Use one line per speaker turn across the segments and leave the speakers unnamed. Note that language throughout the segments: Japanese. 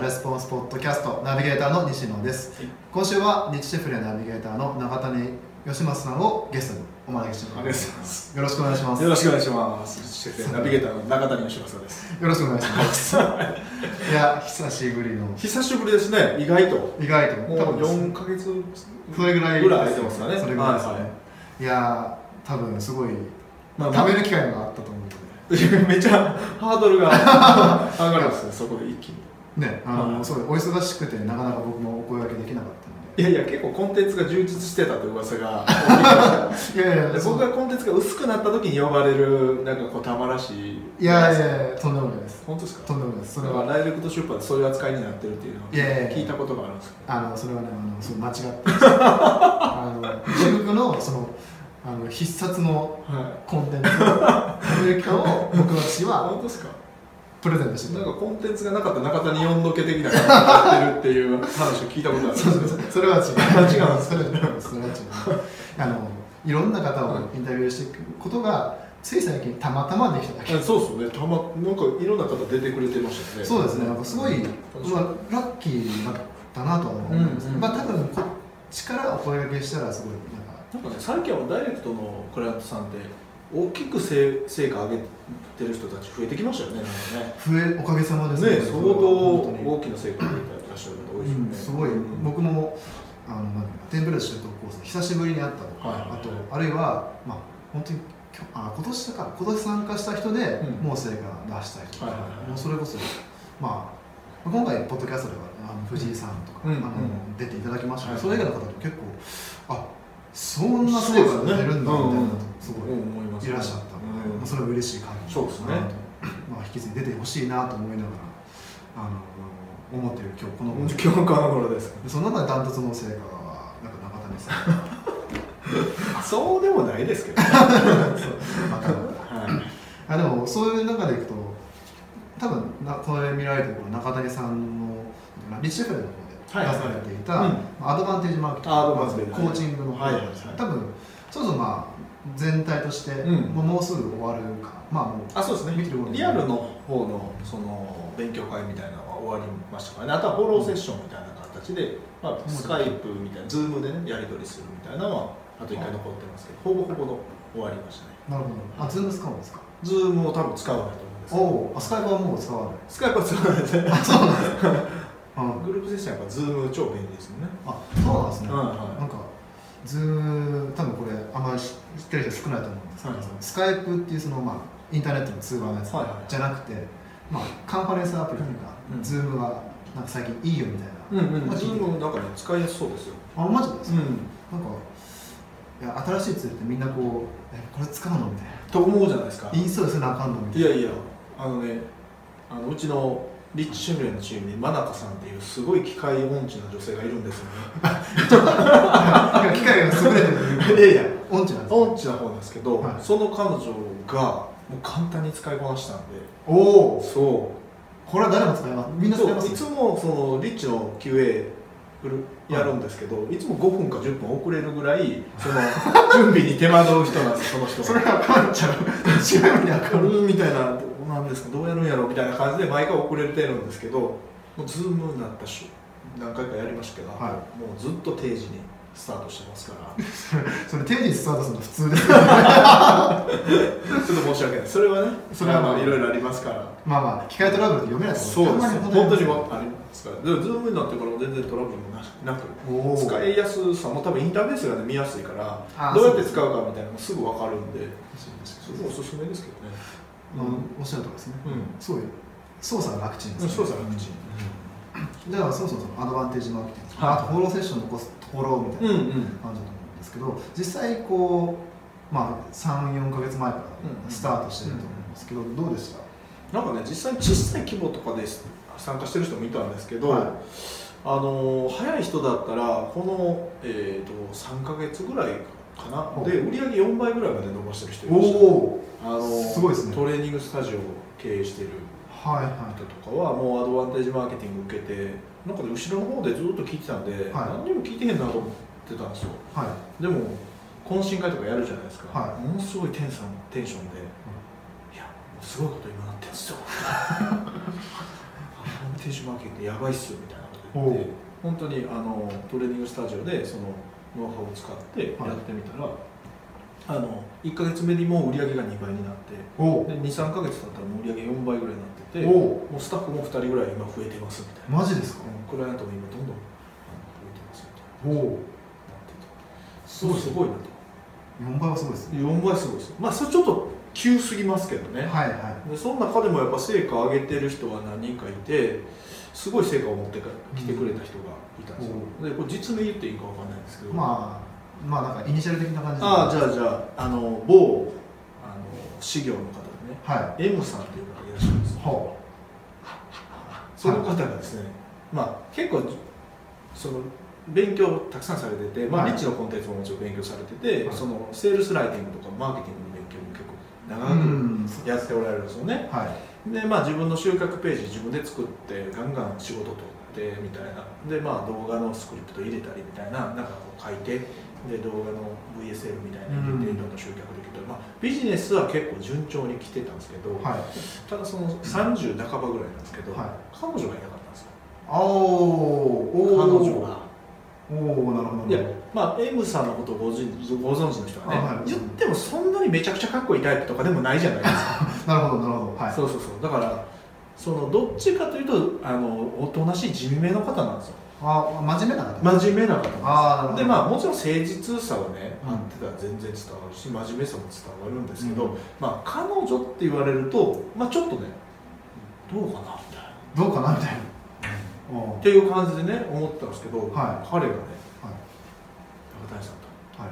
キャストナビゲーターの西野です今週は日シェフレナビゲーターの中谷義正さんをゲストにお招きして
ありがとうございます
よろしくお願いします
よろしくお願いします。シェフナビゲーターの中谷義正です。
よろしくお願いします いや久しぶりの
久しぶりですね。意外と
意外と
も
多
う
分
四ヶ月
それぐらい
ぐらい空いてますかね。
それぐらいですね、
はいいはい
やー多分すごい
まあ
食べる機会があったと思うので
めっちゃハードルが上がるんですね。そこで一気に。
ねあの、
はい
そうお忙しくてなかなか僕もお声掛けできなかったの
いやいや結構コンテンツが充実してたという噂が。
でいやいやい
で
やそ
僕
う
がコンテンツが薄くなった時に呼ばれるなんかこうたまらしい。
いやいやいやとんでもないです
本当ですか。
とんでもないですそ
そ
れ
れ
は
はダイレクト出版でそういう扱いになってるっていうのを
いやいやいや
聞いたことがあるんですけ
あのそれはねあのそう間違ってましたあの自分のそのあの必殺の
ど。はい。
コンテンツアメリカを僕の父
あ
は
本当ですか。
プレゼントして
なん
た
かコンテンツがなかった中谷4度け的な感じになってるっていう話を聞いたことあるんです
そ
け
う
ど
そうそれは違う
違うんです
それは違うそれは違うあのいろんな方をインタビューしていくことがつい最近たまたまできただけ
そうですよねたまなんかいろんな方出てくれてましたよね
そう
う
ですねなんかすごい、ま
確か
あ、ラッキーだったなとは思うんです、
うんうん
まあ多分こっちからお声掛けしたらすごいなんか
なんかね最近はダイレクトのクライアントさんって大きく成成果上げてる人たち増えてきましたよねなんかね
増えおかげさまです
ね相当
本当に
大きな成果上げてらっしゃる方多いです
す
よね、
ごい
うん
僕もあのなんかテンブレス習得コースで久しぶりに会ったとか、
はいはいはい
あとあるいはまあ本当にきょあ今年か今年参加した人で、
ん
もう成果出したりとか、
はいはいはい
もうそれこそまあ今回ポッドキャストではあの藤井さんとか、
うん
あの
うん
出ていただきましたけど、
はい
それ以外の方も結構あそんな成果が出るんだみたいなすご
う
い
ん思います
いらっしゃったので、
うん
まあそれは嬉しい限り
そうですね
だなとまあ、引き続き出てほしいなと思いながらあの思っている今日こ の
今日の頃です
でその中でダントツの成果はなんか中谷さん
そうでもないですけど、ね
また
はい
あでもそういう中でいくと多分なこれ見られてるこの中谷さんのリッチェフレの方で
はい
出されていた、
うん
まあアドバンテージマーケティ
アドバンテージ
まあコーチングの方、
はいはいはい
多分そろそろまあ全体として、
うん
もうもうすぐ終わるかまあもう
あそうですね
見てる方に
リアルの方のその勉強会みたいなのは終わりましたからねあとはフォローセッションみたいな形で、まあ、スカイプみたいなズームでねやり取りするみたいなのはあと1回残ってますけどほぼほぼの終わりましたね
なるほどあズーム使うんですか
ズームを多分使わないと思うんです
お
けど
おーあスカイプはもう使わない
スカイプは使わないですね
あ
グループセッションはやっぱズーム超便利ですよね
あそうなんですね、
はいはい
なんかズーム多分これあんまり知ってる人少ないと思うんですけど、
はいはい
スカイプっていうその、まあ、インターネットの通話のやつ
はいはい
じゃなくて、まあ、カンファレンスアプリとか、
うん
ズームがなんか最近いいよみたいな、
うんうん、
まあ
ズ
聞
ー
いて
ムなんかね使いやすそうですよ、
あマジですか、
ん、
なんかいや新しいツールってみんなこうえこれ使うのみたいな
と思うじゃないですか
インストールせなあかんのみたい
い
な
やいやあのねあのうちのリッチシュミレのチームに真中さんっていうすごい機械音痴な女性がいるんですよね
いや機械が優れてると いうか
いやいや
音痴なんですよ
音痴な方なんですけど、
はい
その彼女がもう簡単に使いこなしたんで
おお
そ
これは誰も使えますみんな使えま
い
す
つもそのリッチの QA 振るやるんですけど、い、つも5分か10分遅れるぐらいその 準備に手間取る人なんですその人が
それはあかんちゃう 違うのにあかん
うんみたいなどうなんですかどうやるんやろみたいな感じで毎回遅れてるんですけどもうズームになったし何回かやりましたけど、
はい
もうずっと定時にスタートしてますから
それ定時にスタートするの普通ですよ
ちょっと申し訳ないそれはね
それはまあ
まあいろいろありますから
まあまあ、機械トラブルって読めない
そうですよ本当に
も
もありますからでもズームになってからも全然トラブルもなしなく
おー
使いやすさも多分インターフェースが、ね、見やすいから
あー
どうやって使うかみたいなのもすぐ分かるんです
う
ごいおすすめですけどね
ん、おっしゃるとりですね。
うん、
すごい、操作が楽ちんです、
う
ね。
ん、そうさ楽ちん
じゃあ、そもそもそのアドバンテージマーケティング、
はい
あとフォローセッション残すところみたいな
うんうん
感じだと思うんですけど、実際こう、まあ、3、4か月前から
うん
スタートしてると思うんですけど、どうでした
なんかね実際に小さい規模とかで参加してる人もいたんですけど、
はい
あのー早い人だったらこの、えー、と3か月ぐらいか
ほ
な
う
で売り上げ4倍ぐらいまで伸ばしてる人いました
お
あのー
すごいですね
トレーニングスタジオを経営してる
ー、はいは
人とかはもうアドバンテージマーケティング受けてなんかね後ろの方でずっと聞いてたんで、何にも聞いてへんなと思ってたんですよ
い、はい、
でも懇親会とかやるじゃないですか、
はい
ものすごいテンションテンションで、いやもうすごいこと今なってんすよアドバンテージマーケットやばいっすよみたいなこと
おう
って本当にあのトレーニングスタジオでそのノウハウを使ってやってみたら、あの1か月目にもう売り上げが2倍になって
おう
23か月経ったらもう売り上げ4倍ぐらいになってて
お
も
う
うスタッフも2人ぐらい今増えてますみたいな、
マジですか
クライアントも今どんどんあの増えてますみたいな
おお
なっててすごいすごいなと
4倍はすごいですね
4倍すごいですまあそれちょっと急すぎますけどね、
はいは
でその中でもやっぱ成果を上げてる人が何人かいてすごい成果を持ってきてくれた人がいたんですよ、でこれ実名言っていいかわかんないんですけ
い
ど、
まあまあなんかイニシャル的な感じで
ああじゃあじゃああの某あの修行の方でね
は
M さんっていう方がいらっしゃるんです
い
よ
ほ
その方がですね、まあ、結構その勉強たくさんされてて、まあ、
はい
リッチのコンテンツももちろん勉強されてて、
はい
そのセールスライティングとかマーケティングの勉強も結
うん
構長くやっておられるんですよね、
はい
でまあ自分の集客ページ自分で作ってガンガン仕事取ってみたいなでまあ動画のスクリプト入れたりみたいななんかこう書いてで動画の VSL みたいなの
う
入れて
ん
どんどん集客できると、まあ、ビジネスは結構順調に来てたんですけど、
はい
ただその30半ばぐらいなんですけど、
はい
彼女がいなかったんですよ
あおー
彼
おー
女が
おおなるほど
いや
なる
まあ M さんのことをご存知ご存知の人がね、
あはい
言ってもそんなにめちゃくちゃかっこいいタイプとかでもないじゃないですか
ほどなるほどなるほどはい
そうそうそうだからそのどっちかというとあのおとなしい地味めの方なんですよ
あ真面目な方
真面目な方
ああなるほど
でまあもちろん誠実さはね
うん
あってたら全然伝わるし真面目さも伝わるんですけど、
うん
まあ彼女って言われるとまあちょっとねどうかなみたいな
どうかなみたいなお
っ
ー
ていう感じでね思ったんですけど、
は
彼がね
はい
中谷さんと
はい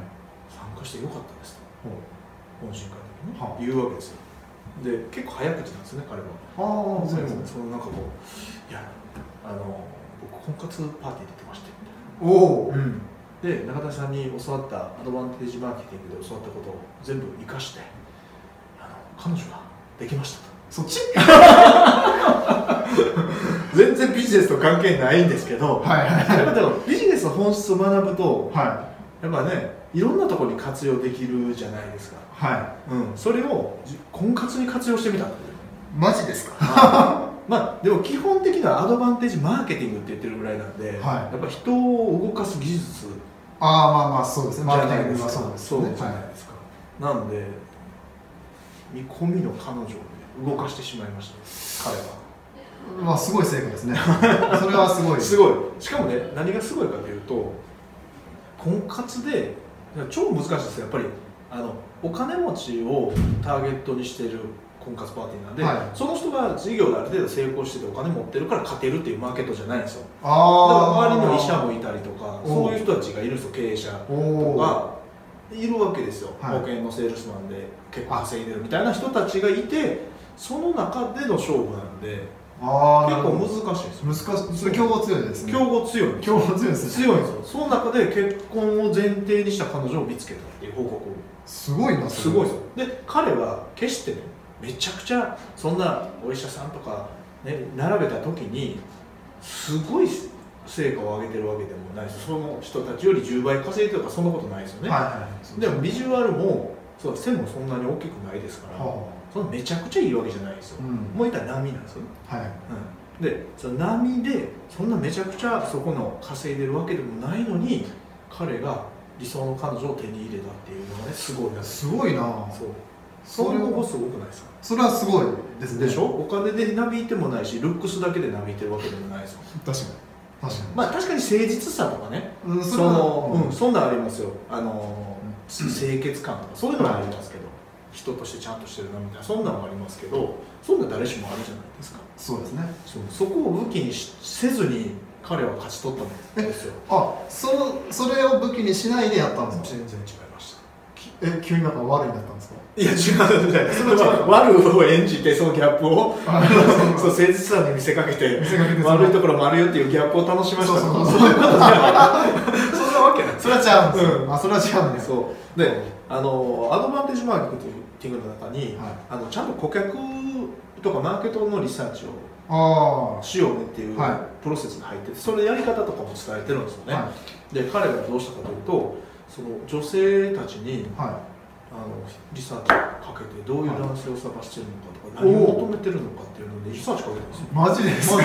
参加してよかったですと
ほう
懇親会
はあ
の時にね言うわけですよで結構早口なんですね彼は
ああそうですね
そのなんかこう「いやあの僕婚活パーティーに出てまして」み
おお
たいな、で中田さんに教わったアドバンテージマーケティングで教わったことを全部生かしてあの彼女ができましたと
そっち
全然ビジネスと関係ないんですけど
はいはい
やっぱでもビジネスの本質を学ぶと
は
やっぱねいろんなところに活用できるじゃないですか、
いは
うん、それをじ婚活に活用してみたっていう
いマジですか
まあでも基本的なアドバンテージマーケティングって言ってるぐらいなんで、
はい
やっぱ人を動かす技術
ああまあまあそうですね
じ
マ
ゃ
ーケテ
な
ィ
い
ン
で
グ
す
は
か
そうですね
じゃないですか、なんで見込みの彼女をね、動かしてしまいました彼は
まあすごい成果です ねそれはすごい
すごいしかもね何がすごいかというと婚活で超難しいですよやっぱりあのお金持ちをターゲットにしてる婚活パーティーなんで、
は
その人が事業である程度成功しててお金持ってるから勝てるっていうマーケットじゃないんですよだから
ああ
周りの医者もいたりとか
お
そういう人たちがいるんですよ経営者
お
と
おは
かいるわけですよ、
はい
保険のセールスマンで結構稼いでるみたいな人たちがいてその中での勝負なんで
ああ
結構難しいんですよ
難しいそれ競合強いですね
競合強いんですよ
競合強いですね
強いんですよその中で結婚を前提にした彼女を見つけたっていう報告
すごいな
す
それ
ごいですよで彼は決してねめちゃくちゃそんなお医者さんとか、ね、並べた時にすごい成果を上げてるわけでもないですその人たちより10倍稼いでとかそんなことないですよね、
はいはい
でもビジュアルもそう背もそんなに大きくないですから、
は
そのめちゃくちゃいいわけじゃないですよ、
あうん
もういったら波なんですよね、
はい
うん、でその波でそんなめちゃくちゃそこの稼いでるわけでもないのに彼が理想の彼女を手に入れたっていうのがねすごいなそう
すごいな
そ
そ
れ
れ
も
は
すごくないですか
それはすごいですね
でしょお金でなびいてもないしルックスだけでなびいてるわけでもないですよ
確かに確かに
まあ確かに誠実さとかね
うん
そ
れは
の
うん
うん、そんなんありますよあのー、清潔感とかそういうのはありますけど人としてちゃんとしてるなみたいなそんなんもありますけどそんなん誰しもあるじゃないですか
そうですね
そうそこを武器にしせずに彼は勝ち取ったんですよ
あそのそれを武器にしないでやったんですか
全然違いました
え急になんか悪いになったんです か
いや違うみたいなそれは悪を演じてそのギャップをそう誠実さに見せかけて
見せかけて
悪いところもあるよっていうギャップを楽しました
そうそう
そ
そう
ういうことじゃないそんなわけない
それは違うんですよ
う
あそれは違うんですよ
そうであのアドバンテージマーケティングの中に、
はい
あのちゃんと顧客とかマーケットのリサーチを
あ
しようねっていう
は
プロセスに入っててそのやり方とかも伝えてるんですよ
あ
ね、
は
で彼がどうしたかというとその女性たちに
いは
ああのリサーチかけてどういう男性を探してるのかとか何を求めてるのかっていうのでリサーチかけてま
マ
すよ
ジですか、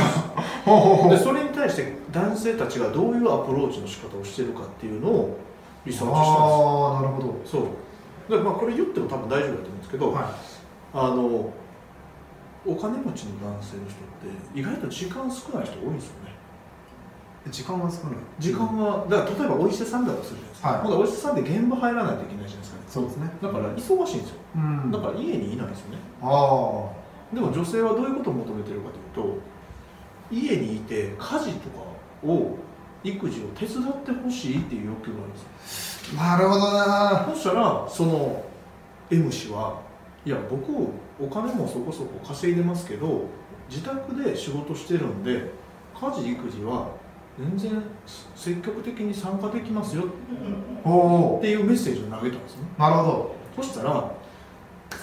ほうほうほ
で
う
それに対して男性たちがどういうアプローチの仕方をしてるかっていうのをリサーチしたんですよ
ああなるほど
そうで、まあ、これ言っても多分大丈夫だと思うんですけど、
は
あのお金持ちの男性の人って意外と時間少ない人多いんですよね
い時間は少ない
時間はだから例えばお医者さんだとするじゃないですか、
はい
ほんならお医者さんって現場入らないといけないじゃないですか、
そうですね
だから忙しいんですよ
うん
だから家にいないんですよね
ああ
でも女性はどういうことを求めてるかというと家にいて家事とかを育児を手伝ってほしいっていう欲求があるんですよ
なるほどな
そしたらその M 氏はいや僕お金もそこそこ稼いでますけど自宅で仕事してるんで家事育児は全然積極的に参加できますよ
おお
っていうメッセージを投げたんですね
なるほど
そしたら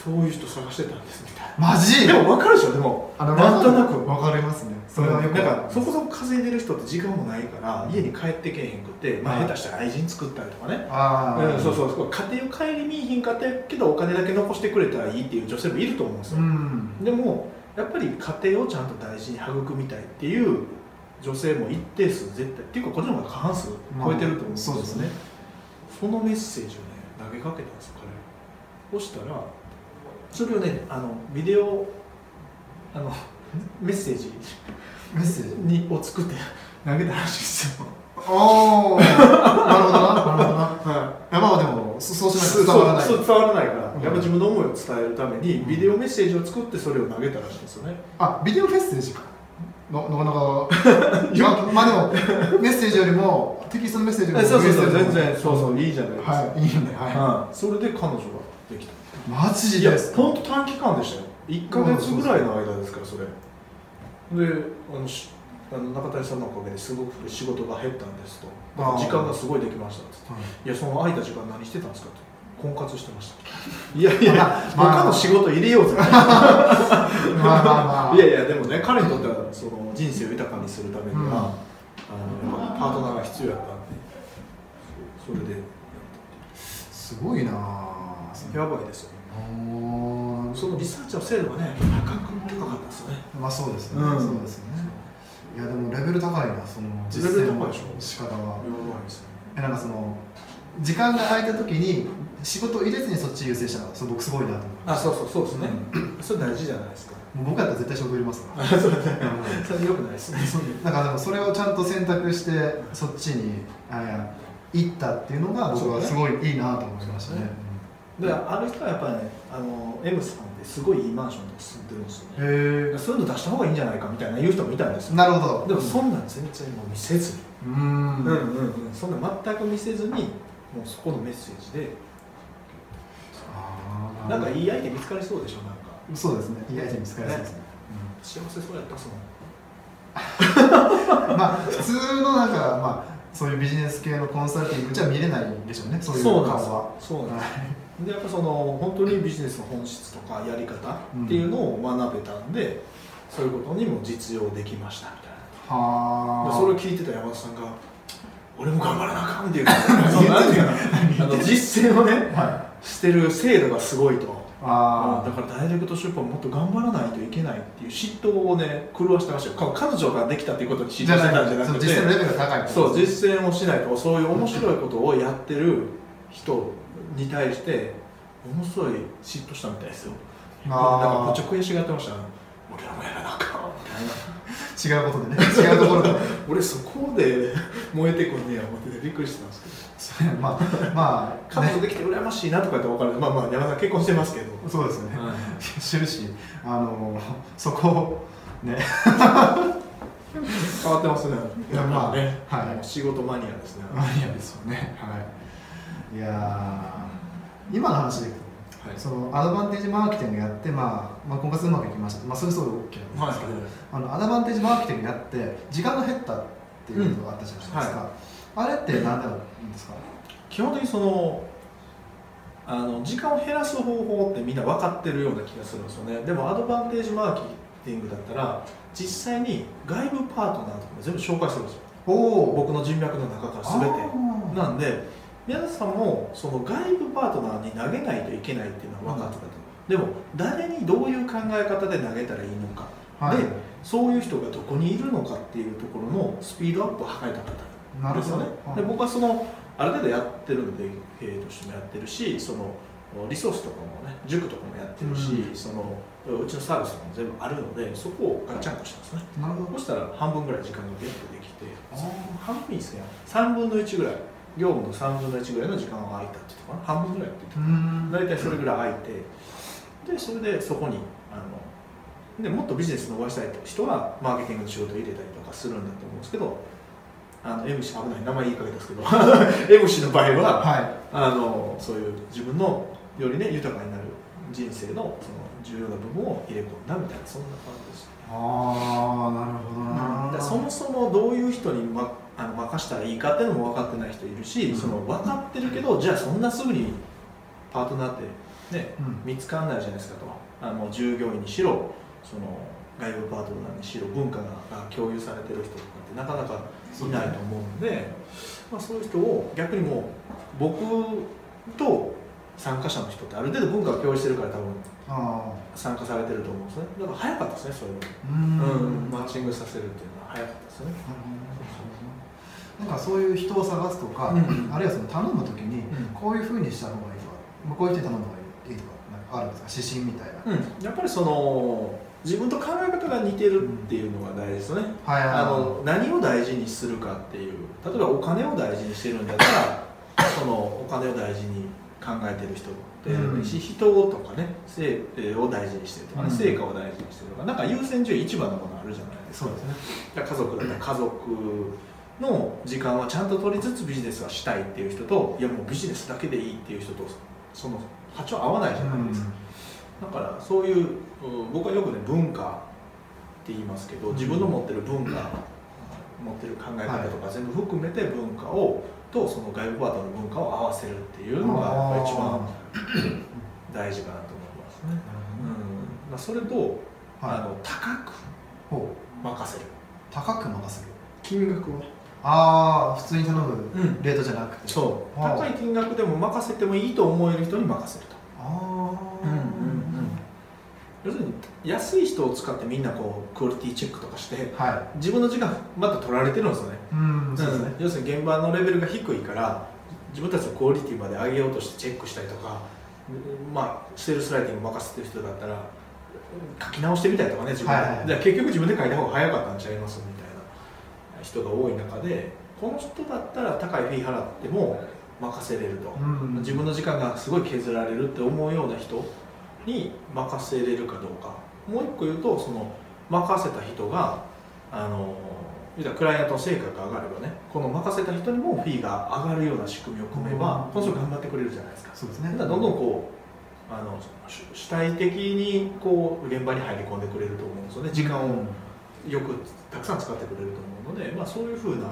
そういう人探してたんですみたい
マジ
なでも分かるでしょでも
あの
なんとなく
わかりますねそ
そ
れ
れ
は
は
よく
だ
わ
か
りま
ら
す
そこそこ稼いでる人って時間もないから家に帰ってけえへんくて、ま
は
あ、
い
下手したら愛人作ったりとかね、
ああ
うん、そうそうそう家庭を顧みいひんかったけどお金だけ残してくれたらいいっていう女性もいると思うんですよ、
ん
でもやっぱり家庭をちゃんと大事に育みたいっていう女性も一定数絶対っていうかこっちの方が過半数超えてると思うんですよ
そうですね
そのメッセージをね投げかけたんですよ彼はそしたらそれをねあのビデオあのメッセージ
メッセージ
にを作って投げたらしいですよ。
おおなるほどななるほどない
は
やまあでもそそうしない
そう
と伝わらない
そう伝わらないから、
うん
やっぱ自分の思いを伝えるために
うん
ビデオメッセージを作ってそれを投げたらしいんですよね。
あビデオメッセージかのなかなかいやまあでもメッセージよりもテキストのメッセージよりもメッセージの方が
そうそういいじゃないですか。
はいいいよねは
はいそれで彼女ができた。
いマジ
いや
ですか
本当短期間でしたよ。1か月ぐらいの間ですからそれ。であのしあの中谷さんのおかげですごく仕事が減ったんですと
あー
時間がすごいできましたっつって
はい
いやその空いた時間何してたんですかと婚活してました いやいや、
まあ
他の仕事入れようぜい
まあまあまあ
やいやでもね彼にとってはその人生を豊かにするためには、
うん
あのやっぱパートナーが必要やったんでそうそれでやっ
すごいなあ
たっていうやばいですよね
おー
そのリサーチの精度がね高く高かったですよね
まあそうですね、
うん
そうですねいやでもレベル高いなその実
レベ
践
ル高
の
いでしょ
仕方は
弱いですよね
えなんかその時間が空いた時に仕事を入れずにそっち優先したのそれ僕すごいなと思いま
あ
し
そうそうそうですねそれ大事じゃないですか
たもう僕だったら絶対職入れますから
あそうだね
うん
それ良くないですね
だからでもそれをちゃんと選択してそっちにあいや行ったっていうのが僕はすごいいいなと思いましたね。
である人はやっぱりねあの M さんってすごいいいマンションで住んでるんですよね
へえ
そういうの出した方がいいんじゃないかみたいな言う人もいたんですよ
なるほど。
でもそんなん全然もう見せずに、
うーん
うんうんうん、そんなん全く見せずにもうそこのメッセージで
あー
なんかいい相手見つかりそうでしょなんか
そうですね。いいアイテム使いやすいですね。
幸せそうやったその
うんまあ普通のなんかまあそういうビジネス系のコンサルティングじゃ見れないんでしょうね。そういう顔
なんです
は。
そうなんで
は
す
い
でやっぱその本当にビジネスの本質とかやり方っていうのを学べたんで、そういうことにも実用できましたみたいな
はあ。
それを聞いてた山田さんが「俺も頑張らなあかん」っていう そ
言
のなん
ってて
い
る
う
よ
かな あの実践をね
は
してる精度がすごいと
い。あ
だからダイレクト出版もっと頑張らないといけないっていう嫉妬をね狂わしてましたよか彼女ができたっていうことに
あ。
嫉
じ
妬
ゃ
してたんじゃ
な
な
くて
くて
実際のレベルが高いってこと
そう実践をしないとそういう面白いことをやってる人に対してものすごい嫉妬したみたいですよだか
あー
らこっちは悔しがってましたね俺らもやらなあかんみたいな
違うことでね。違うとこ ろで。
俺そこで燃えてこんねや思ってびっくりしたんですけど
そうまあま あ
彼
ね
女できて羨ましいなとか言って分かるまあまあ山田さん結婚してますけど、
そうですよね。
は
してるし、あのそこをね、
い、変わってますね
いやまあ
ね、
はい
もう仕事マニアですね、
マニアですよね。はい。いやー、今の話でいくと、
はい
そのアドバンテージマーケティングやって、まあ、まあ、婚活うまくいきました。まあ、それすごい OK なんですけど、あのアドバンテージマーケティングやって、時間が減ったっていうことがあったじゃないですか。あれって何でなんですか、
基本的にそのあの時間を減らす方法ってみんな分かってるような気がするんですよねでもアドバンテージマーケティングだったら実際に外部パートナーとかも全部紹介するんですよ
おお、
僕の人脈の中から全てなんで宮崎さんもその外部パートナーに投げないといけないっていうのは分かってたと思う、でも誰にどういう考え方で投げたらいいのか、
はい
でそういう人がどこにいるのかっていうところのスピードアップを図りたかった
なんる
です
ほ
よ
ど
ね、
はい
で僕はそのある程度やってるので経営としてもやってるしそのリソースとかもね塾とかもやってるし、
う
そのうちのサービスとかも全部あるのでそこをガチャンコしたんですね
なるほど
そしたら半分ぐらい時間がゲットできて
あー
その半分いいですね3分の1ぐらい業務の3分の1ぐらいの時間が空いたって言ったかな半分ぐらいって言っ
うー
てた
ん
大体それぐらい空いてでそれでそこにあのでもっとビジネス伸ばしたいって人はマーケティングの仕事入れたりとかするんだと思うんですけどあの M 氏危ない名前言いかけたんですけど M 氏の場合は
は
あのそういう自分のよりね豊かになる人生のその重要な部分を入れ込んだみたいなそんな感じです
いああなるほどな
でそもそもどういう人に、ま、あの任したらいいかっていうのも分かってない人いるし、
うん
その分かってるけどじゃあそんなすぐにパートナーって、ね、
うん
見つかんないじゃないですかとあの従業員にしろその外部パートナーにしろ文化がが共有されてる人とかってなかなかいないと思うんでまあ、そういう人を逆にもう僕と参加者の人ってある程度文化を共有してるから多分
あ
参加されてると思うんですねだから早かったですねそういうの。
あうーん
うん、マ
なるほど
ッチングさせるっていうのは早かったですね。
なんかそういう人を探すとか、
うん
あるいはその頼む時に
うん
こういうふうにした方がいいとか、まあこういう人に頼むのがいいとかなんかあるんですか指針みたいな、
うん、やっぱりその自分と考え方が似てるっていうのが大事ですね。
はいはいはい
あの何を大事にするかっていう、例えばお金を大事にしてるんだった ら、そのお金を大事に考えてる人って、
うん
人をとかね、成を大事にしてるとかね、
うん
成果を大事にしてるとか、なんか優先順位一番のものあるじゃないですか。
そうですね
だから家族だ ったら家族の時間はちゃんと取りつつビジネスはしたいっていう人といやもうビジネスだけでいいっていう人とその波長合わないじゃないですか、だからそういううん僕はよくね文化って言いますけど
うん
自分の持ってる文化、持ってる考え方とか全部含めて文化をとその外部パートナーの文化を合わせるっていうのがやっぱ一番大事かなと思いますね、うんまあ、それと、あ
は
の高く
い、ほう
任せる
高く任せる
金額を
ああ普通に頼む
うん
レートじゃなくて、
そう
はい
高い金額でも任せてもいいと思える人に任せると
ああ
うんうんうん要するに安い人を使ってみんなこうクオリティチェックとかして
はい
自分の時間また取られてるんですよね
うんそうですね、
要するに現場のレベルが低いから自分たちのクオリティまで上げようとしてチェックしたりとか、うんまあ、セールスライティング任せてる人だったら書き直してみたりとかね自分で、
はいはいはい
じゃあ結局自分で書いた方が早かったんちゃいますみたいな人が多い中でこの人だったら高いフィー払っても任せれると、
うん
自分の時間がすごい削られるって思うような人に任せれるかどうかもう一個言うとその任せた人があの言うたらクライアントの成果が上がればねこの任せた人にもフィーが上がるような仕組みを組めば、
うん
この人頑張ってくれるじゃないですか
そうです
だ
ね
からどんどんこうあの主主体的にこう現場に入り込んでくれると思うんですよね時間をよくたくさん使ってくれると思うので、まあ、そういうふうな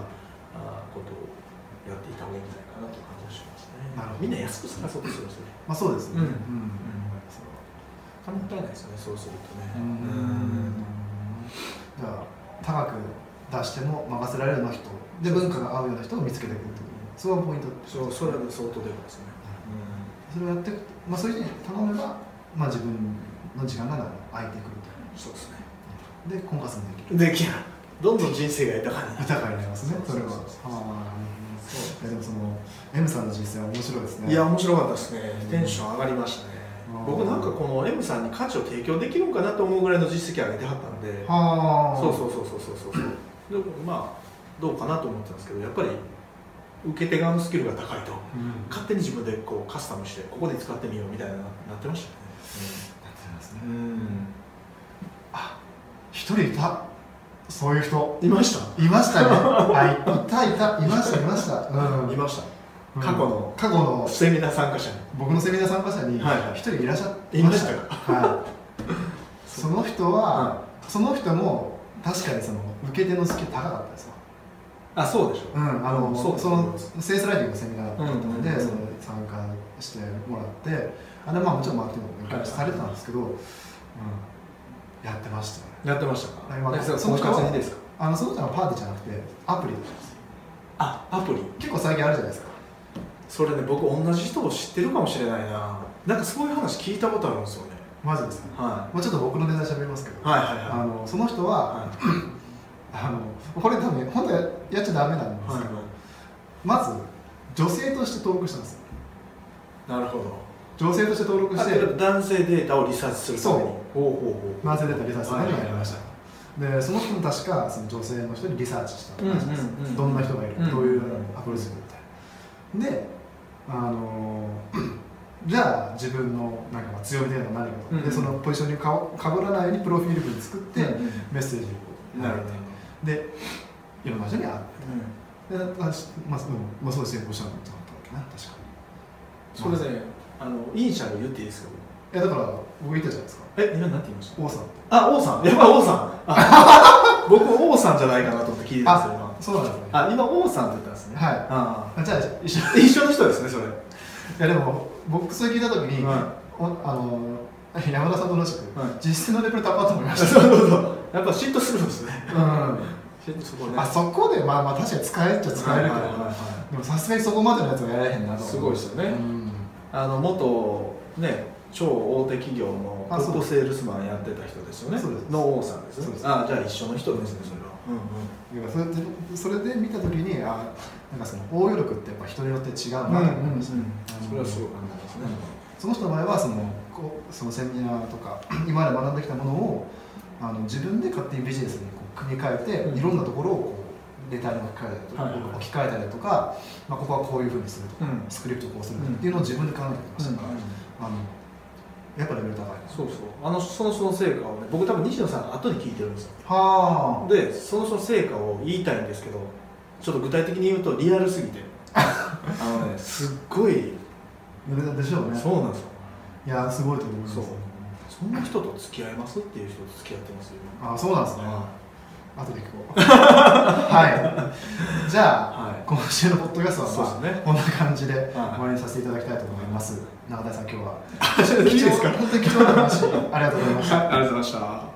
あーことをやっていた方がいいんじゃないかなという感じがしますね
なるほど
みんな安く探そうとするんですよね
まあそうですね
うん
うん
お金もったいないですよねそうするとね
うんじゃあ高く出しても任せられるような人で文化が合うような人を見つけていくるってことそれがポイントって
そうそれは相当でかいですね、
それをやっていくとまあそういう人に頼めばまあ自分の時間が空いてくる
そうですね
とで婚活もできる
できないどんどん人生が豊かになる
豊かになりますねそれは
そうそうそう
はい
そ
いや
う
でもその M さんの人生は面白いですね
いや面白かったですね
うん
テンション上がりましたね
うん
僕なんかこの M さんに価値を提供できるんかなと思うぐらいの実績上げてはったんで
はあ
そうそうそうそうそうそうでまあどうかなと思ってたんですけどやっぱり受け手側のスキルが高いと
うん、
勝手に自分でこうカスタムしてここで使ってみようみたいななってました
なってますね
ねうん
あ一人いたそういう人
いました
いま したねはいいたいたいましたいました、うん、
いました
うん
過去の
過去の
セミナー参加者に
僕のセミナー参加者に
はいはい
一人いらっしゃって
いましたか
はい、その人は、その人も確かにその受け手のスキル高かったですよ
あそうでし
う
ょ
ん、あの
うん
そ
そう
のセースライティングのセミナーだったので、
うんうんうん
その参加してもらってあれまあもちろんマーケティングも勉強されてたんですけど、うん、やってましたね
やってました
は
か
いまあ
え
その
婚活にですか
あのその人はパーティーじゃなくてアプリだったんです
あアプリ
結構最近あるじゃないですか
それね僕同じ人を知ってるかもしれないななんかそういう話聞いたことあるんですよね
マジですか、
は
まあ、ちょっと僕のネタ喋りますけど、
いはいはい
あ
はい
のその人は、
は
あのこれ多分本当はやっちゃダメなんですけど、
いは
まず女性として登録したんですよ
いなるほど
女性として登録して
あ男性データをリサーチするために
そう
ほうほうほう
男性データリサーチするためにやりました
は
でその人も確かその女性の人にリサーチした
うんうん
話です、
うん
どんな人がいる、
うん
どういうアプローチするみたいなであのー じゃあ自分のなんかまあ強みであるのは何かと、
うんうん
でそのポジションにかぶかぶらないようにプロフィール文作って、
いはいうん
メッセージをこう
なるほど
でいろんな人に会ってであしまあ、うんまあ、そうですねこうしたのと思ったわけな確か
それね、あのイニシャル言っていいですか
にいやだから僕言ったじゃないですか
僕え今何て言いました
王さんって
あ王さんやばい王さんあ 僕王さんじゃないかなと思って聞いてたんですよ今
そうなんですね
あ今王さんって言ったんですねい
はい
あ
あじゃあ一緒
あ一緒の人ですねそれ
いやでも僕それ聞いた時に、
は
おあの山田さんと同じく、
はい
実質のレベル高いと思いま
そう
した、
そうそうやっぱ嫉妬するんですね
う
嫉妬そこね
ん、あそこでまあまあ確かに使えっちゃ使えるけど、
はいはいはいは
でもさすがにそこまでのやつはやられへんなと
い
思う
すごいですよね、
うん
あの元ね超大手企業のト
あそう
ップセールスマンやってた人ですよね
そうです
の王さんですね
そうです
あじゃあ一緒の人ですねそれ
だ
は、うん
からそれでそれで見た時にあなんかその応用力ってやっぱ人によって違うなと思いました、
それはすごい感じますね、
その人の場合はそのこうそのセミナーとか 今まで学んできたものをあの自分で勝手にビジネスにこう組み替えて、
うん
いろんなところをこうレターに置き換えたりとか、
はいはいはい
置き換えたりとか、まあ、ここはこういうふうにするとか、
うん
スクリプトこうするとかっていうのを自分で考えてきましたから、あのやっぱレベル高いな
そうそうあのそのその成果をね僕多分西野さんの後に聞いてるんですよ
は
でそのその成果を言いたいんですけどちょっと具体的に言うとリアルすぎ てあのねすっごい
あでしょうね
そうなんですよ
いやすごいと思います
そうそんな人と付き合いますっていう人と付き合ってますよ
あそうなんですね
は
後で聞こう はいじゃあ、
はい
今週のポッドキャストは、まあ
そうですね
こんな感じで終わりにさせていただきたいと思います、中田さん今日はい
いいですか
本当に貴重な話ありがとうございました
ありがとうございました